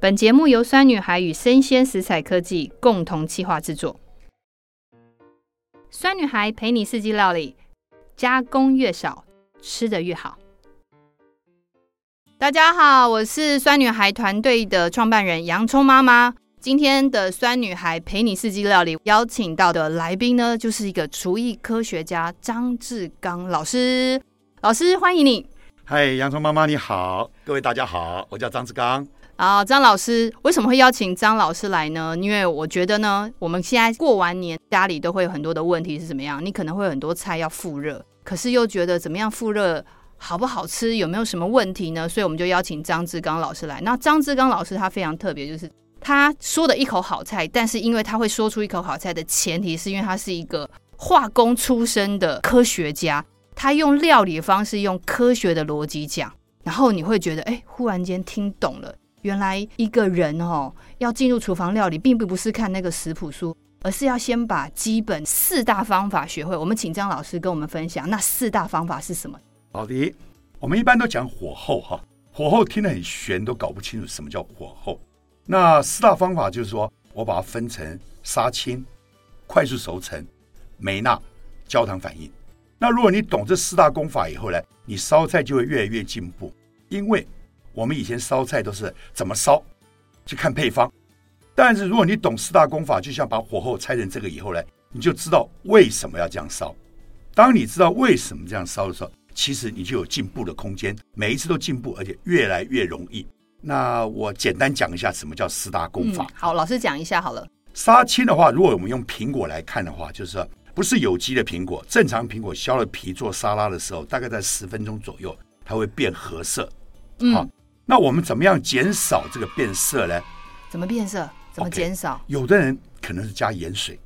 本节目由酸女孩与生鲜食材科技共同企划制作。酸女孩陪你四季料理，加工越少，吃的越好。大家好，我是酸女孩团队的创办人洋葱妈妈。今天的酸女孩陪你四季料理邀请到的来宾呢，就是一个厨艺科学家张志刚老师。老师，欢迎你嗨，洋葱妈妈你好，各位大家好，我叫张志刚。啊，张老师。为什么会邀请张老师来呢？因为我觉得呢，我们现在过完年，家里都会有很多的问题是怎么样？你可能会有很多菜要复热，可是又觉得怎么样复热好不好吃，有没有什么问题呢？所以我们就邀请张志刚老师来。那张志刚老师他非常特别，就是他说的一口好菜，但是因为他会说出一口好菜的前提，是因为他是一个化工出身的科学家，他用料理的方式，用科学的逻辑讲，然后你会觉得，哎，忽然间听懂了，原来一个人哦要进入厨房料理，并不是看那个食谱书。而是要先把基本四大方法学会。我们请张老师跟我们分享，那四大方法是什么？好的，我们一般都讲火候哈，火候听得很玄，都搞不清楚什么叫火候。那四大方法就是说我把它分成杀青、快速熟成、梅纳、焦糖反应。那如果你懂这四大功法以后呢，你烧菜就会越来越进步，因为我们以前烧菜都是怎么烧，就看配方。但是如果你懂四大功法，就像把火候拆成这个以后呢，你就知道为什么要这样烧。当你知道为什么这样烧的时候，其实你就有进步的空间，每一次都进步，而且越来越容易。那我简单讲一下什么叫四大功法。嗯好，老师讲一下好了。杀青的话，如果我们用苹果来看的话，就是不是有机的苹果，正常苹果削了皮做沙拉的时候，大概在十分钟左右，它会变褐色。嗯，好那我们怎么样减少这个变色呢？怎么变色？怎么 OK 减少有的人可能是加盐水，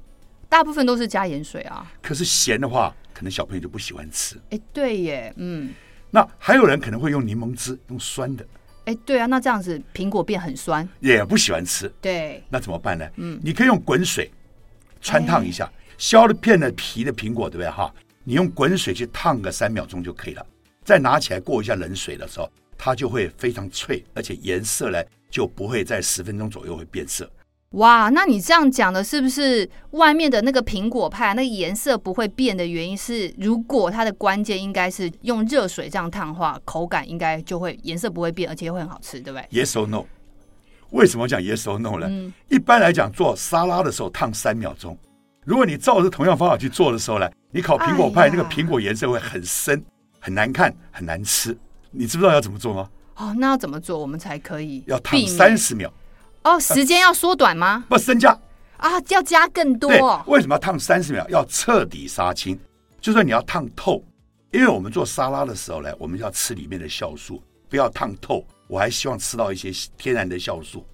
大部分都是加盐水啊。可是咸的话，可能小朋友就不喜欢吃。哎，对耶，嗯，那还有人可能会用柠檬汁，用酸的，哎，对啊，那这样子苹果变很酸，也不喜欢吃。对，那怎么办呢？嗯，你可以用滚水穿烫一哎下，削了片的皮的苹果，对不对哈？你用滚水去烫个三秒钟就可以了。再拿起来过一下冷水的时候，它就会非常脆，而且颜色呢就不会在十分钟左右会变色。哇，那你这样讲的是不是外面的那个苹果派那个颜色不会变的原因是，如果它的关键应该是用热水这样烫化，口感应该就会颜色不会变，而且会很好吃，对不对？ Yes or no？为什么讲 Yes or no 呢？嗯一般来讲，做沙拉的时候烫三秒钟。如果你照着同样方法去做的时候呢，你烤苹果哎派呀那个苹果颜色会很深、很难看、很难吃。你知不知道要怎么做吗？哦，那要怎么做我们才可以要烫避免三十秒，哦，时间要缩短吗？不增加。啊，要加更多对哦，为什么要烫三十秒？要彻底杀青，就说你要烫透。因为我们做沙拉的时候呢，我们要吃里面的酵素，不要烫透。我还希望吃到一些天然的酵素。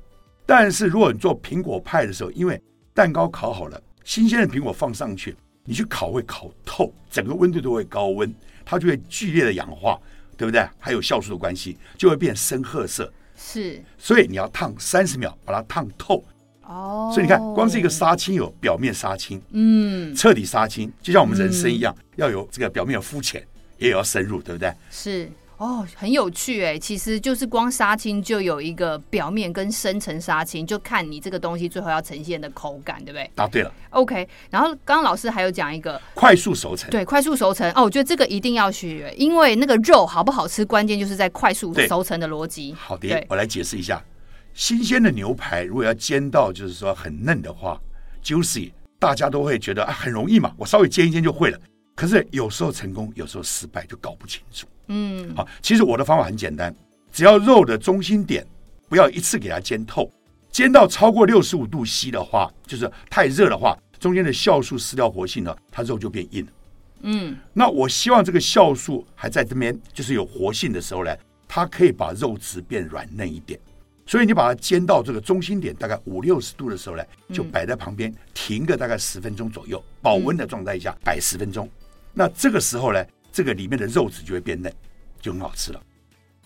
但是如果你做苹果派的时候，因为蛋糕烤好了，新鲜的苹果放上去，你去烤会烤透，整个温度都会高温，它就会剧烈的氧化，对不对？还有酵素的关系，就会变深褐色。是所以你要烫三十秒，把它烫透。哦。所以你看，光是一个杀青有表面杀青，嗯，彻底杀青，就像我们人生一样，要有这个表面有肤浅，也有要深入，对不对？是哦，很有趣哎。其实就是光杀青就有一个表面跟深层杀青，就看你这个东西最后要呈现的口感，对不对答对了， ？OK。然后刚刚老师还有讲一个，快速熟成，对，快速熟成哦，我觉得这个一定要学，因为那个肉好不好吃，关键就是在快速对熟成的逻辑。好的对，我来解释一下，新鲜的牛排如果要煎到就是说很嫩的话，juicy，大家都会觉得啊很容易嘛，我稍微煎一煎就会了。可是有时候成功，有时候失败，就搞不清楚。嗯，好，其实我的方法很简单，只要肉的中心点不要一次给它煎透，煎到超过六十五度 C 的话，就是太热的话，中间的酵素失掉活性呢，它肉就变硬了。嗯，那我希望这个酵素还在这边，就是有活性的时候呢，它可以把肉质变软嫩一点。所以你把它煎到这个中心点大概五六十度的时候呢，就摆在旁边停个大概十分钟左右，保温的状态下摆十分钟。那这个时候呢，这个里面的肉质就会变嫩，就很好吃了。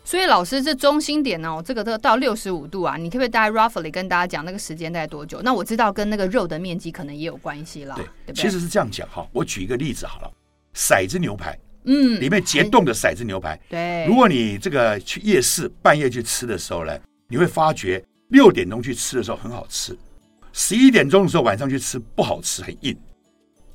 所以老师这中心点哦，这个都到六十五度啊，你可不可以大概 roughly 跟大家讲那个时间大概多久？那我知道跟那个肉的面积可能也有关系啦，对，啊不对？其实是这样讲哈，我举一个例子好了，骰子牛排嗯，里面结冻的骰子牛排，对，如果你这个去夜市半夜去吃的时候呢，你会发觉六点钟去吃的时候很好吃，十一点钟的时候晚上去吃不好吃，很硬。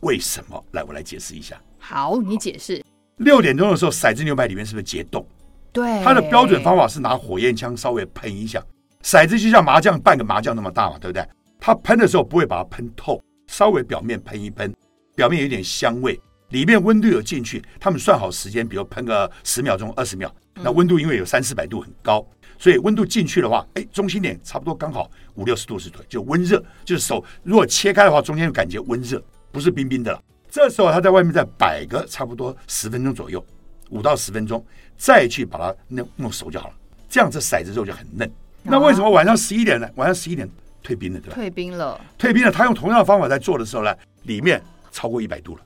为什么？来，我来解释一下。好，你解释。六点钟的时候，骰子牛排里面是不是结冻？对，它的标准方法是拿火焰枪稍微喷一下，骰子就像麻将半个麻将那么大嘛，对不对？它喷的时候不会把它喷透，稍微表面喷一喷，表面有点香味，里面温度有进去。他们算好时间，比如喷个十秒钟、二十秒，那温度因为有三四百度很高，所以温度进去的话，哎，中心点差不多刚好五六十度是对，就温热，就是手如果切开的话，中间就感觉温热，不是冰冰的了。这时候他在外面再摆个差不多十分钟左右，五到十分钟，再去把它弄弄熟就好了。这样这骰子肉就很嫩。那为什么晚上十一点呢？晚上十一点退冰了，对吧？退冰了，退冰了，他用同样的方法在做的时候呢，里面超过一百度了，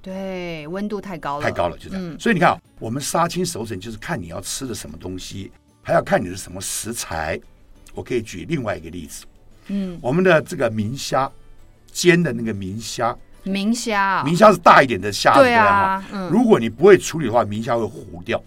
对，温度太高了，太高了，就这样。嗯所以你看啊，我们杀青熟成就是看你要吃的什么东西，还要看你是什么食材。我可以举另外一个例子，嗯，我们的这个明虾，煎的那个明虾，明虾啊，明虾是大一点的虾，对不哈啊，嗯，如果你不会处理的话，明虾会糊掉。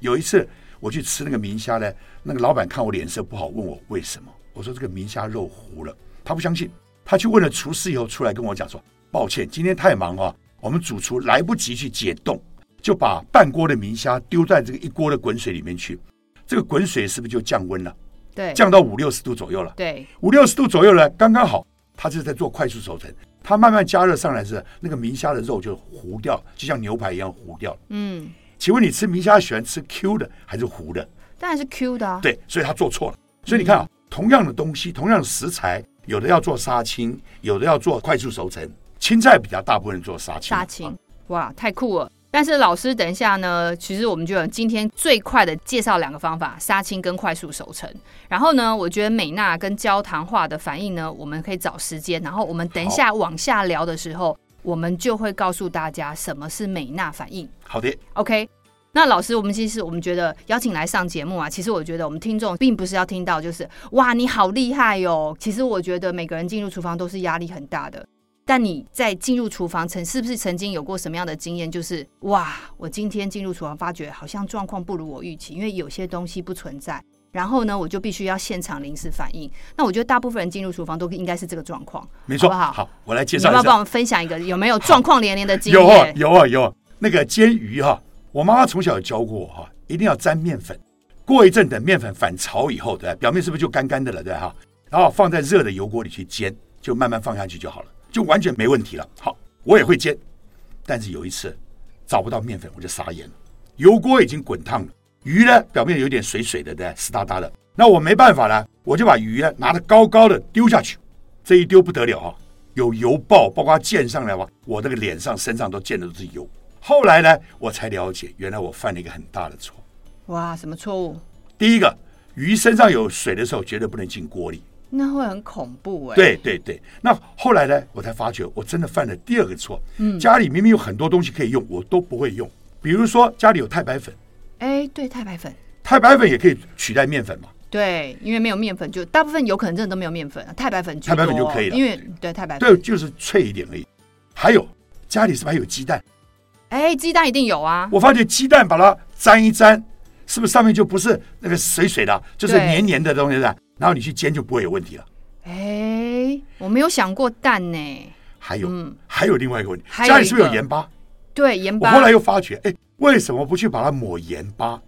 有一次我去吃那个明虾呢，那个老板看我脸色不好，问我为什么。我说这个明虾肉糊了，他不相信，他去问了厨师以后出来跟我讲说，抱歉，今天太忙啊，我们主厨来不及去解冻，就把半锅的明虾丢在这个一锅的滚水里面去。这个滚水是不是就降温了？对，降到五六十度左右了。对，五六十度左右呢，刚刚好。它就是在做快速熟成，它慢慢加热上来是那个明虾的肉就糊掉，就像牛排一样糊掉。嗯，请问你吃明虾喜欢吃 Q 的还是糊的？当然是 Q 的啊，对，所以他做错了。所以你看啊，同样的东西，同样的食材，有的要做杀青，有的要做快速熟成。青菜比较大部分人做杀青，杀青，哇，太酷了！但是老师，等一下呢，其实我们就有今天最快的介绍两个方法：杀青跟快速熟成。然后呢，我觉得美娜跟焦糖化的反应呢，我们可以找时间，然后我们等一下往下聊的时候，我们就会告诉大家什么是美娜反应。好的， OK。那老师，我们其实我们觉得邀请来上节目啊，其实我觉得我们听众并不是要听到就是哇你好厉害哦。其实我觉得每个人进入厨房都是压力很大的。但你在进入厨房曾是不是曾经有过什么样的经验？就是哇，我今天进入厨房发觉好像状况不如我预期，因为有些东西不存在。然后呢，我就必须要现场临时反应。那我觉得大部分人进入厨房都应该是这个状况。没错。好不好我来介你要绍不要一帮下。我们分享一个有没有状况连连的经有啊，验？有啊，有啊。那个煎鱼哈、我妈妈从小有教过我哈、一定要沾面粉。过一阵等面粉反潮以后，对吧？表面是不是就干干的了，对吧哈、然后放在热的油锅里去煎，就慢慢放下去就好了，就完全没问题了。好，我也会煎，但是有一次找不到面粉，我就傻眼了。油锅已经滚烫了，鱼呢表面有点水水的，对吧，湿哒哒的。那我没办法了，我就把鱼呢拿得高高的丢下去，这一丢不得了啊，有油爆，包括溅上来哇，我那个脸上、身上都溅的都是油。后来呢，我才了解，原来我犯了一个很大的错。哇，什么错误？第一个，鱼身上有水的时候，绝对不能进锅里。那会很恐怖哎、对对对，那后来呢，我才发觉我真的犯了第二个错。嗯，家里明明有很多东西可以用，我都不会用。比如说家里有太白粉，哎，对，太白粉，太白粉也可以取代面粉嘛。对，因为没有面粉就，大部分有可能真的都没有面粉，太白粉居多太白粉就可以了因为对太白粉，对，就是脆一点而已。还有家里是不是还有鸡蛋？哎，鸡蛋一定有啊，我发觉鸡蛋把它粘一粘，是不是上面就不是那个水水的，就是对黏黏的东西了？然后你去煎就不会有问题了。哎，我没有想过蛋呢、还有，嗯还有另外一个问题，还有家里是不是一有个盐巴？对，盐我巴后来又发觉，哎，为什么不去把它抹盐巴？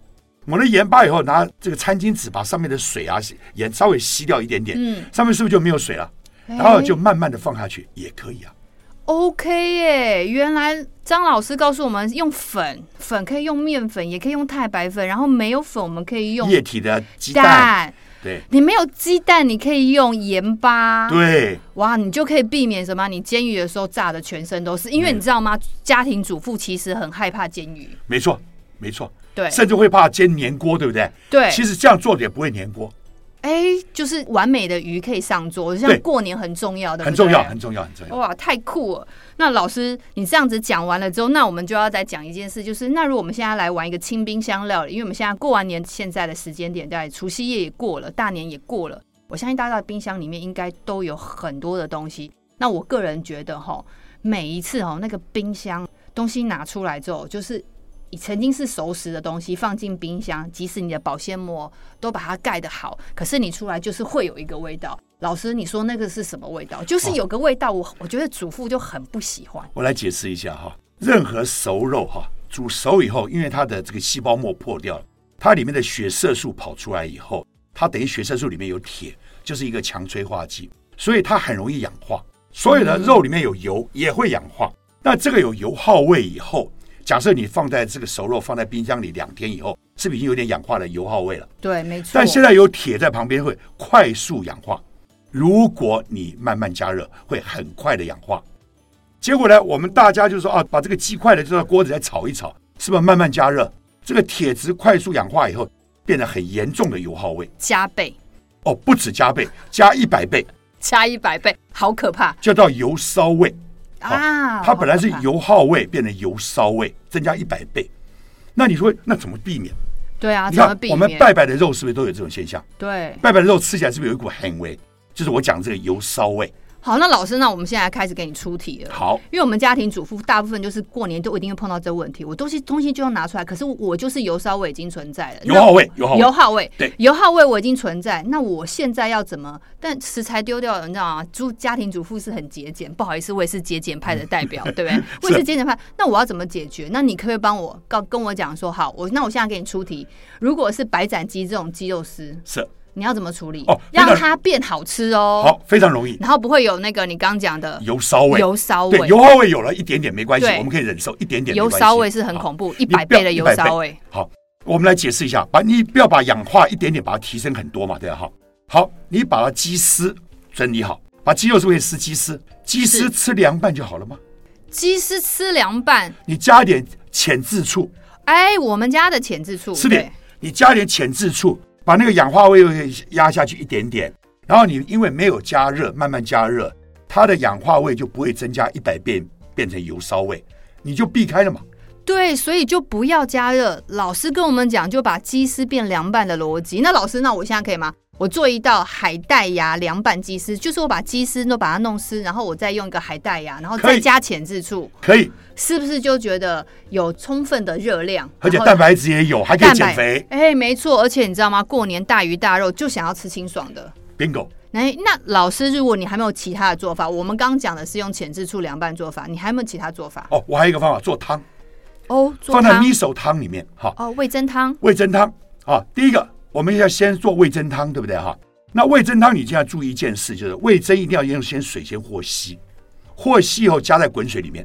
抹了盐巴以后，拿这个餐巾纸把上面的水啊、盐稍微吸掉一点点，嗯，上面是不是就没有水了？哎然后就慢慢的放下去也可以啊。 OK 耶，原来张老师告诉我们用粉，粉可以用面粉，也可以用太白粉，然后没有粉我们可以用液体的鸡蛋，蛋，对你没有鸡蛋你可以用盐巴，对，哇，你就可以避免什么？你煎鱼的时候炸的全身都是，因为你知道吗？家庭主妇其实很害怕煎鱼，没错没错，对甚至会怕煎粘锅，对不对？对，其实这样做的也不会粘锅，哎、就是完美的鱼可以上桌，就对像过年很重要的，很对不重对要，很重要，很重要。哇，太酷了！那老师，你这样子讲完了之后，那我们就要再讲一件事，就是那如果我们现在来玩一个清冰箱料理，因为我们现在过完年，现在的时间点，大概除夕夜也过了，大年也过了，我相信大家的冰箱里面应该都有很多的东西。那我个人觉得哈，每一次哈那个冰箱东西拿出来之后，就是曾经是熟食的东西放进冰箱，即使你的保鲜膜都把它盖得好，可是你出来就是会有一个味道。老师，你说那个是什么味道？哦就是有个味道，我我觉得主妇就很不喜欢。我来解释一下哈，任何熟肉哈，煮熟以后，因为它的这个细胞膜破掉了，它里面的血色素跑出来以后，它等于血色素里面有铁，就是一个强催化剂，所以它很容易氧化。所有的嗯肉里面有油也会氧化，那这个有油耗味以后，假设你放在这个熟肉放在冰箱里两天以后，是不是已经有点氧化的油耗味了？对，没错。但现在有铁在旁边，会快速氧化。如果你慢慢加热，会很快的氧化。结果呢，我们大家就说啊，把这个鸡块的这个锅子再炒一炒，是不是慢慢加热？这个铁质快速氧化以后，变得很严重的油耗味加倍，哦，不止加倍，加一百倍，加一百倍，好可怕就到油烧味。好啊！哦它本来是好可怕，油耗味变成油烧味，增加一百倍。那你说那怎么避免？对啊，你怎么看避我免？们拜拜的肉是不是都有这种现象？对，拜拜的肉吃起来是不是有一股汗味？就是我讲这个油烧味。好，那老师，那我们现在开始给你出题了。好，因为我们家庭主妇大部分就是过年都一定会碰到这个问题，我东西东西就要拿出来，可是我就是油烧味已经存在了，油那耗味，油耗味油。耗味，对油耗味我已经存在，那我现在要怎么？但食材丢掉了，你知道吗？主家庭主妇是很节俭，不好意思，我也是节俭派的代 表，对不对？我也是节俭派，那我要怎么解决？那你可不可以帮我告跟我讲说，好，我那我现在给你出题，如果是白斩鸡这种鸡肉丝，是你要怎么处理？哦非常让它变好吃哦，好，非常容易，然后不会有那个你刚讲的油烧味。油烧味对，，油耗味有了一点点没关系，对我们可以忍受一点点。油烧味是很好。恐怖，一你百不要倍的油100烧味。好，我们来解释一下，把你不要把氧化一点点把它提升很多嘛，对吧？好，好，你把它鸡丝整理好，把鸡肉是不是可以撕鸡丝？鸡丝是吃凉拌就好了吗？鸡丝吃凉拌，你加一点浅渍醋，哎，我们家的浅渍醋，吃对点，你加一点浅渍醋，把那个氧化味会压下去一点点，然后你因为没有加热，慢慢加热，它的氧化味就不会增加一百遍，变成油烧味，你就避开了嘛。对，所以就不要加热。老师跟我们讲，就把鸡丝变凉拌的逻辑。那老师，那我现在可以吗？我做一道海带芽凉拌鸡丝，就是我把鸡丝都把它弄湿，然后我再用一个海带芽，然后可以再加浅渍醋，可以，是不是就觉得有充分的热量？而且然后蛋白质也有，还可以蛋减白肥。哎，没错。而且你知道吗？过年大鱼大肉就想要吃清爽的。 bingo，哎，那老师，如果你还没有其他的做法，我们刚刚讲的是用浅汁醋凉拌做法，你还有没有其他做法？哦，我还有一个方法，做汤，哦，做放在汤 miso 汤里面，哈，哦，味噌汤味噌汤啊。第一个，我们要先做味噌汤，对不对哈？那味噌汤你就要注意一件事，就是味噌一定要用先水先和稀，和稀以后加在滚水里面，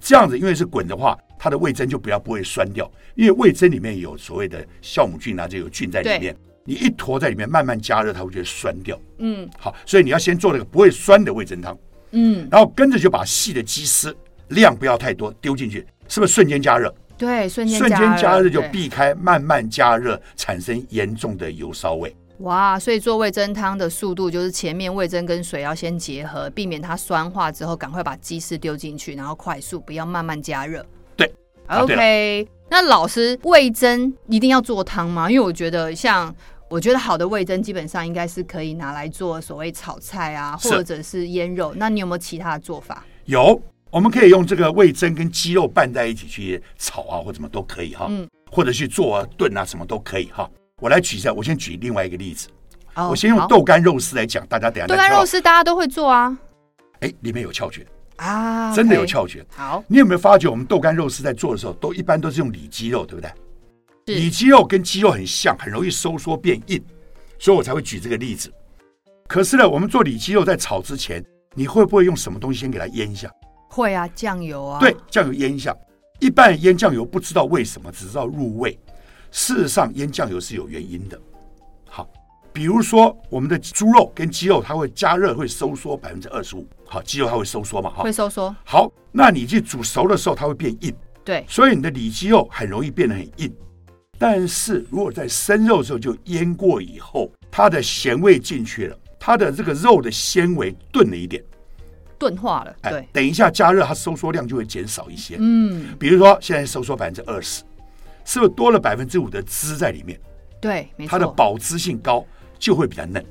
这样子因为是滚的话，它的味噌就不要不会酸掉，因为味噌里面有所谓的酵母菌啊，这有菌在里面，你一坨在里面慢慢加热，它会觉得酸掉。嗯好，所以你要先做那个不会酸的味噌汤。嗯，然后跟着就把细的鸡丝量不要太多丢进去，是不是瞬间加热？对，瞬间瞬间加热就对避开慢慢加热产生严重的油烧味。哇，所以做味噌汤的速度就是前面味噌跟水要先结合，避免它酸化之后，赶快把鸡丝丢进去，然后快速不要慢慢加热。对答对了，OK。那老师，味噌一定要做汤吗？因为我觉得像。我觉得好的味噌基本上应该是可以拿来做所谓炒菜啊，是或者是腌肉。那你有没有其他的做法？有，我们可以用这个味噌跟鸡肉拌在一起去炒啊，或什么都可以哈，嗯或者去做啊炖啊，什么都可以哈。我来举一下，我先举另外一个例子，哦我先用好豆干肉丝来讲，大家等一下豆再干知道肉，丝，大家都会做啊哎，里面有窍诀，啊，真的有 OK 窍诀。好，你有没有发觉，我们豆干肉丝在做的时候，都一般都是用里脊肉，对不对？是里脊肉跟鸡肉很像，很容易收缩变硬，所以我才会举这个例子。可是呢，我们做里脊肉在炒之前，你会不会用什么东西先给它腌一下？会啊，酱油啊，对，酱油腌一下。一般人腌酱油不知道为什么，只知道入味。事实上，腌酱油是有原因的。好，比如说我们的猪肉跟鸡肉，它会加热会收缩百分之二十五。好，鸡肉它会收缩嘛？哈会，收缩，好，那你去煮熟的时候，它会变硬。对，所以你的里脊肉很容易变得很硬。但是如果在生肉的时候就腌过以后，它的咸味进去了，它的这个肉的纤维钝了一点，哎钝化了，对，等一下加热，它收缩量就会减少一些。嗯，比如说现在收缩百分之二十，是不是多了百分之五的汁在里面？对，没它的错保汁性高，就会比较嫩。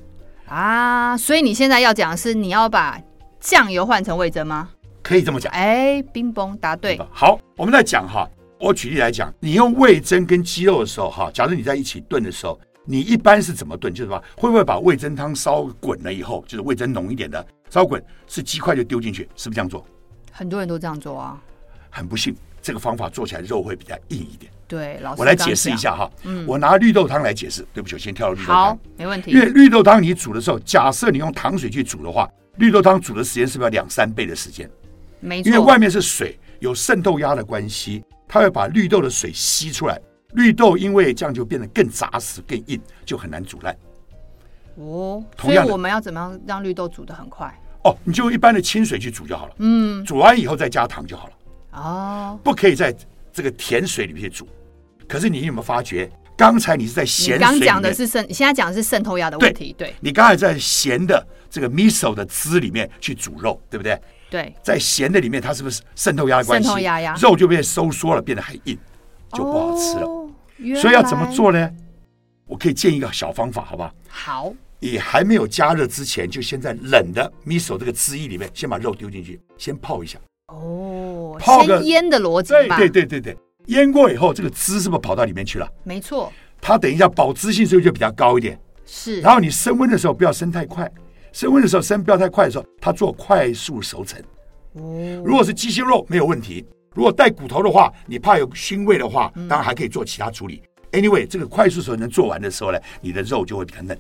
啊。所以你现在要讲的是，你要把酱油换成味噌吗？可以这么讲，哎，冰崩答对吧好，我们再讲哈。我举例来讲，你用味增跟鸡肉的时候，哈，假如你在一起炖的时候，你一般是怎么炖？就是吧，会不会把味增汤烧滚了以后，就是味增浓一点的烧滚，是鸡块就丢进去，是不是这样做？很多人都这样做啊。很不幸，这个方法做起来肉会比较硬一点。对，老师，我来解释一。下哈，嗯我拿绿豆汤来解释。对不起，我先跳到绿豆汤好。，没问题因。为绿豆汤你煮的时候，假设你用糖水去煮的话，绿豆汤煮的时间是不是要两三倍的时间？没因为外错，面是水，有渗透压的关系，它会把绿豆的水吸出来。绿豆因为这样就变得更扎实、更硬，就很难煮烂。哦，同所以样的我们要怎么样让绿豆煮的很快？哦，你就用一般的清水去煮就好了。嗯，煮完以后再加糖就好了，哦，不可以在这个甜水里面去煮。可是你有没有发觉，刚才你是在你咸水刚里面讲的是渗，你现在讲的是渗透压的问题，对你刚才在咸的这个 miso 的汁里面去煮肉，对不对？对，在咸的里面，它是不是渗透压的关系？渗透压呀肉就变收缩了，变得很硬，就不好吃了。哦原所以要怎么来做呢？我可以建议一个小方法，好吧？好，你还没有加热之前，就先在冷的 miso 这个汁液里面，先把肉丢进去，先泡一下。哦，泡个先腌的逻辑对吧，对对对对，腌过以后，这个汁是不是跑到里面去了？没错，它等一下保汁性是不是就比较高一点？是，然后你升温的时候不要升太快，升温的时候升不要太快的时候，它做快速熟成。哦，如果是鸡心肉没有问题，如果带骨头的话，你怕有腥味的话，嗯当然还可以做其他处理。Anyway，这个快速熟能做完的时候呢，你的肉就会比较嫩，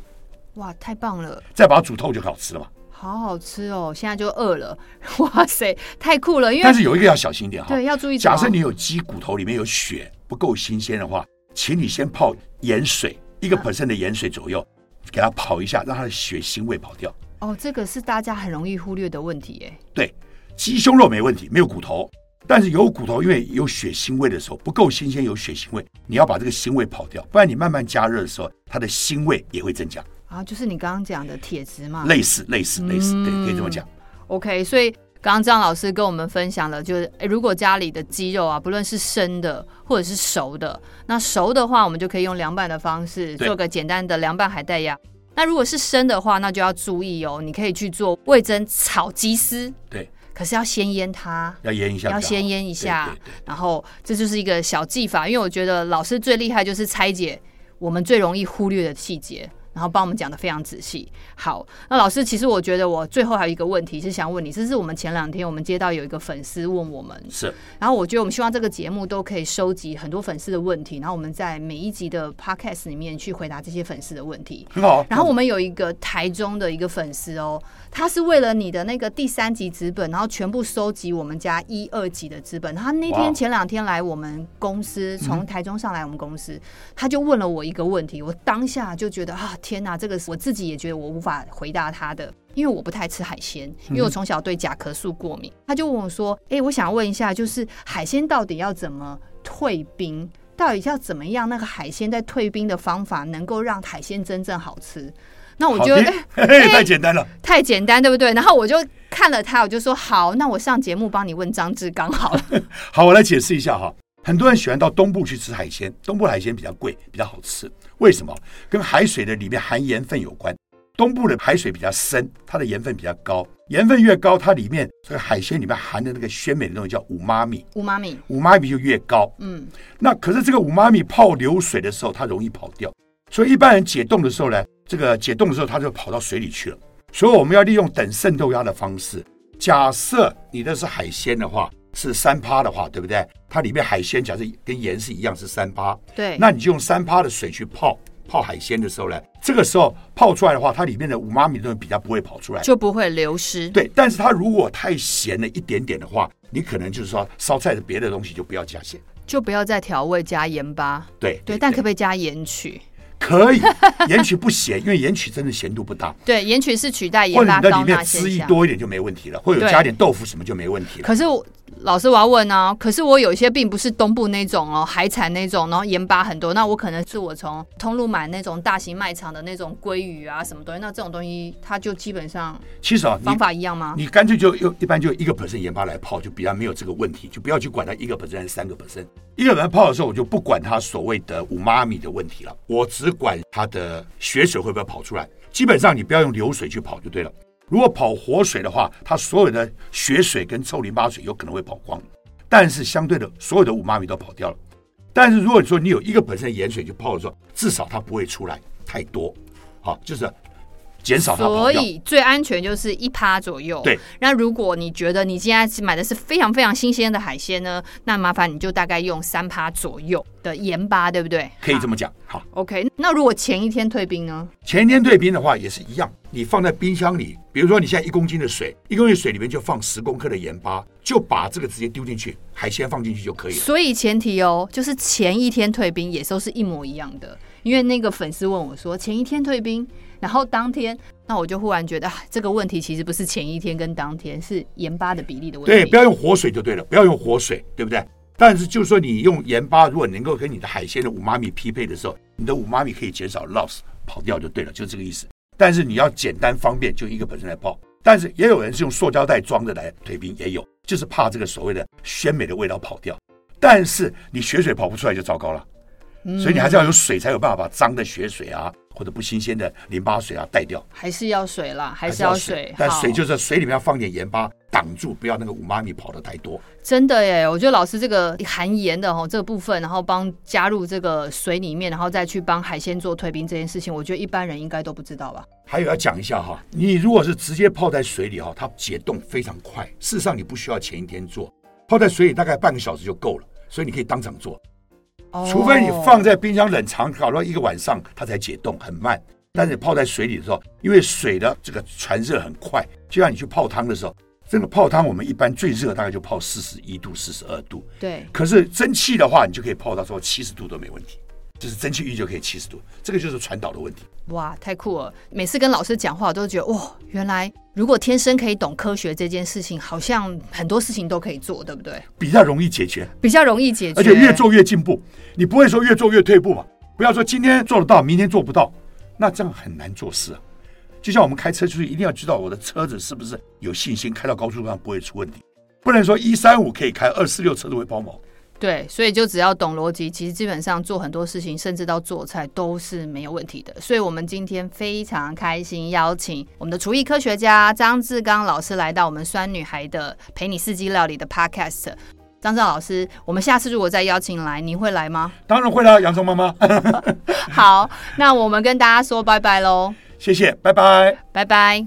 哇，太棒了。再把它煮透就好吃了嘛。好好吃哦，现在就饿了， 哇塞，太酷了！因为但是有一个要小心一点哈，对要注意啊什么，假设你有鸡骨头里面有血不够新鲜的话，请你先泡盐水一啊个 percent 的盐水左右，给它跑一下，让它的血腥味跑掉。哦，这个是大家很容易忽略的问题耶。对，鸡胸肉没问题，没有骨头。但是有骨头，因为有血腥味的时候不够新鲜，有血腥味，你要把这个腥味跑掉，不然你慢慢加热的时候，它的腥味也会增加。啊，就是你刚刚讲的铁质嘛。类似，类似，类似，对，可以这么讲。 OK，所以刚刚张老师跟我们分享了，就是诶如果家里的鸡肉啊，不论是生的或者是熟的，那熟的话，我们就可以用凉拌的方式对做个简单的凉拌海带芽。那如果是生的话，那就要注意哦，你可以去做味增炒鸡丝，对，可是要先腌它。要腌一下比较好，嗯要先腌一下对对对然后这就是一个小技法，因为我觉得老师最厉害就是拆解我们最容易忽略的细节，然后帮我们讲的非常仔细。好，那老师，其实我觉得我最后还有一个问题是想问你，这是我们前两天我们接到有一个粉丝问我们，是然后我觉得我们希望这个节目都可以收集很多粉丝的问题，然后我们在每一集的 podcast 里面去回答这些粉丝的问题。很好。哦然后我们有一个台中的一个粉丝哦，他是为了你的那个第三集纸本，然后全部收集我们家一二集的纸本。他那哇天前两天来我们公司，从台中上来我们公司，他就问了我一个问题，我当下就觉得啊，天哪，这个是我自己也觉得我无法回答他的。因为我不太吃海鲜，因为嗯我从小对甲壳素过敏。他就问我说：“哎、我想问一下，就是海鲜到底要怎么退冰？到底要怎么样？那个海鲜在退冰的方法能够让海鲜真正好吃？”那我 好觉得、的哎嘿嘿太简单了。太简单，对不对？然后我就看了他，我就说：“好，那我上节目帮你问张志刚好了。好，我来解释一下哈。很多人喜欢到东部去吃海鲜，东部海鲜比较贵，比较好吃。为什么？跟海水的里面含盐分有关。东部的海水比较深，它的盐分比较高，盐分越高，它里面这个海鲜里面含的那个鲜美的东西叫五妈米，”五妈咪，五妈米就越高。嗯，那可是这个五妈米泡流水的时候，它容易跑掉，所以一般人解冻的时候呢，这个解冻的时候它就跑到水里去了。所以我们要利用等渗透压的方式。假设你的是海鲜的话，是三趴的话，对不对？它里面海鲜假设跟盐是一样是三趴，对，那你就用三趴的水去泡泡海鲜的时候呢，这个时候泡出来的话，它里面的五妈米的东西比较不会跑出来。就不会流失。对，但是它如果太咸了一点点的话，你可能就是说烧菜的别的东西就不要加咸。就不要再调味加盐巴。对对，但可不可以加盐曲？可以，盐曲不咸，因为盐曲真的咸度不大，对，盐曲是取代盐或者巴你在里高钠面现汁一象。多一点就没问题了，或者有对加点豆腐什么就没问题了。可是我老师我要问啊，可是我有一些并不是东部那种哦，海产那种，然后盐巴很多，那我可能是我从通路买那种大型卖场的那种鲑鱼啊什么东西，那这种东西它就基本上其实啊，你方法一样吗？你干脆就用一般就一个本身盐巴来泡，就比较没有这个问题，就不要去管它一个本身还是三个本身。一个人泡的时候，我就不管它所谓的五妈咪的问题了，我只管它的血水会不会跑出来。基本上你不要用流水去跑就对了。如果跑活水的话，它所有的血水跟臭淋巴水有可能会跑光。但是相对的，所有的五妈米都跑掉了。但是如果说你有一个本身盐水去泡的时候，至少它不会出来太多，好，就是减少它跑所掉。以最安全就是一趴左右。对，那如果你觉得你现在是买的是非常非常新鲜的海鲜呢，那麻烦你就大概用三趴左右的盐巴，对不对？可以好这么讲，好。 OK，那如果前一天退冰呢？前一天退冰的话也是一样，你放在冰箱里，比如说你现在一公斤的水，一公斤水里面就放十公克的盐巴，就把这个直接丢进去，海鲜放进去就可以了。所以前提哦，就是前一天退冰也都是一模一样的。因为那个粉丝问我说前一天退冰，然后当天，那我就忽然觉得啊，这个问题其实不是前一天跟当天，是盐巴的比例的问题。对，不要用活水就对了，不要用活水，对不对？但是就是说，你用盐巴，如果能够跟你的海鲜的五妈咪匹配的时候，你的五妈咪可以减少 loss 跑掉就对了，就这个意思。但是你要简单方便，就一个本身来泡。但是也有人是用塑胶袋装的来退冰，也有，就是怕这个所谓的鲜美的味道跑掉。但是你血水跑不出来就糟糕了。嗯所以你还是要有水才有办法把脏的血水啊，或者不新鲜的淋巴水啊带掉，还是要水啦，还是要水。但好水就是水里面要放点盐巴挡住，不要那个五妈咪跑得太多。真的耶，我觉得老师这个含盐的哈这个部分，然后帮加入这个水里面，然后再去帮海鲜做退冰这件事情，我觉得一般人应该都不知道吧。还有要讲一下哈，你如果是直接泡在水里哈，它解冻非常快。事实上你不需要前一天做，泡在水里大概半个小时就够了，所以你可以当场做，哦除非你放在在冰箱冷藏搞到一个晚上，它才解冻，很慢。但是你泡在水里的时候，因为水的这个传热很快，就像你去泡汤的时候，这个泡汤我们一般最热大概就泡四十一度、四十二度，对，可是蒸汽的话，你就可以泡到说七十度都没问题，就是蒸汽浴就可以七十度，这个就是传导的问题。哇，太酷了！每次跟老师讲话，我都觉得哇，原来如果天生可以懂科学这件事情，好像很多事情都可以做，对不对？比较容易解决，比较容易解决，而且越做越进步。你不会说越做越退步嘛？不要说今天做得到，明天做不到，那这样很难做事啊。就像我们开车出去，一定要知道我的车子是不是有信心开到高速上不会出问题，不能说一三五可以开，二四六车子会抛锚。对，所以就只要懂逻辑，其实基本上做很多事情，甚至到做菜都是没有问题的。所以我们今天非常开心，邀请我们的厨艺科学家张志刚老师来到我们酸女孩的陪你四季料理的 Podcast。张志刚老师，我们下次如果再邀请来，你会来吗？当然会啦，洋葱妈妈，好，那我们跟大家说拜拜喽，谢谢，拜拜。拜拜。